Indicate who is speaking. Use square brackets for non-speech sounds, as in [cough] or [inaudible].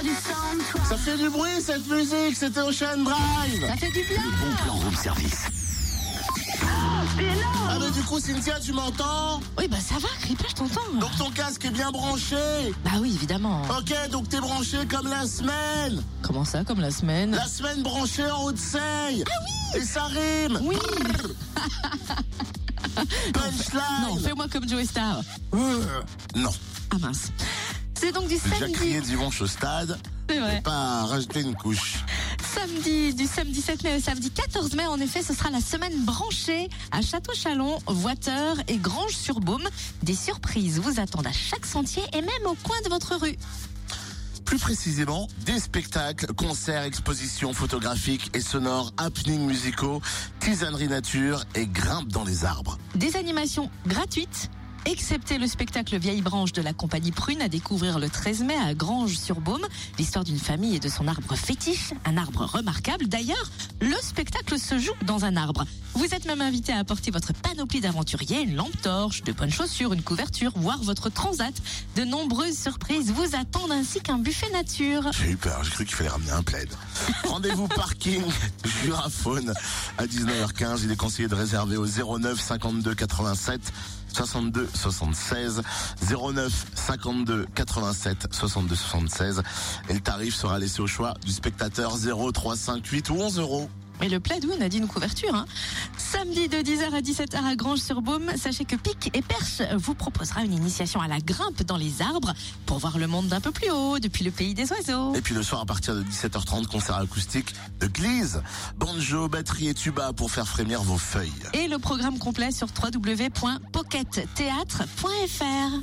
Speaker 1: du soundtrack.
Speaker 2: Ça fait du bruit cette musique, c'était Ocean Drive
Speaker 1: Ça fait du bien.
Speaker 3: Bon plan room service.
Speaker 1: C'est énorme.
Speaker 2: Ah mais du coup Cynthia tu m'entends
Speaker 1: Oui, bah ça va, Crippa, je t'entends.
Speaker 2: Donc ton casque est bien branché
Speaker 1: Bah oui, évidemment.
Speaker 2: Ok donc t'es branché comme la semaine
Speaker 1: Comment ça, comme la semaine
Speaker 2: La semaine branchée en haute seille Ah oui Et ça rime
Speaker 1: Oui Non,
Speaker 2: Punchline
Speaker 1: fais-moi comme Joey Star.
Speaker 2: Euh, Non,
Speaker 1: Ah mince. C'est donc du
Speaker 2: j'ai déjà crié
Speaker 1: samedi.
Speaker 2: dimanche au stade,
Speaker 1: C'est vrai.
Speaker 2: pas rajouter une couche.
Speaker 1: Samedi, du samedi 7 mai au samedi 14 mai, en effet, ce sera la semaine branchée à Château-Chalon, Voiteur et Granges-sur-Baume. Des surprises vous attendent à chaque sentier et même au coin de votre rue.
Speaker 2: Plus précisément, des spectacles, concerts, expositions photographiques et sonores, happenings musicaux, tisanerie nature et grimpe dans les arbres.
Speaker 1: Des animations gratuites, excepté le spectacle Vieille Branche de la compagnie Prune à découvrir le 13 mai à Granges-sur-Baume. L'histoire d'une famille et de son arbre fétiche, un arbre remarquable. D'ailleurs, le spectacle se joue dans un arbre. Vous êtes même invité à apporter votre panoplie d'aventuriers, une lampe torche, de bonnes chaussures, une couverture, voire votre transat. De nombreuses surprises vous attendent ainsi qu'un buffet nature.
Speaker 2: J'ai eu peur, j'ai cru qu'il fallait ramener un plaid. Rendez-vous parking [laughs] Jurafaune à 19h15. Il est conseillé de réserver au 09 52 87 62 76 09 52 87 62 76 et le tarif sera laissé au choix du spectateur 0358 ou 11 euros.
Speaker 1: Mais le plaid, oui, on a dit une couverture. Hein. Samedi de 10h à 17h à Granges-sur-Baume, sachez que Pic et Perche vous proposera une initiation à la grimpe dans les arbres pour voir le monde d'un peu plus haut depuis le pays des oiseaux.
Speaker 2: Et puis le soir à partir de 17h30 concert acoustique de Glees, banjo, batterie et tuba pour faire frémir vos feuilles.
Speaker 1: Et le programme complet sur www.pockettheatre.fr.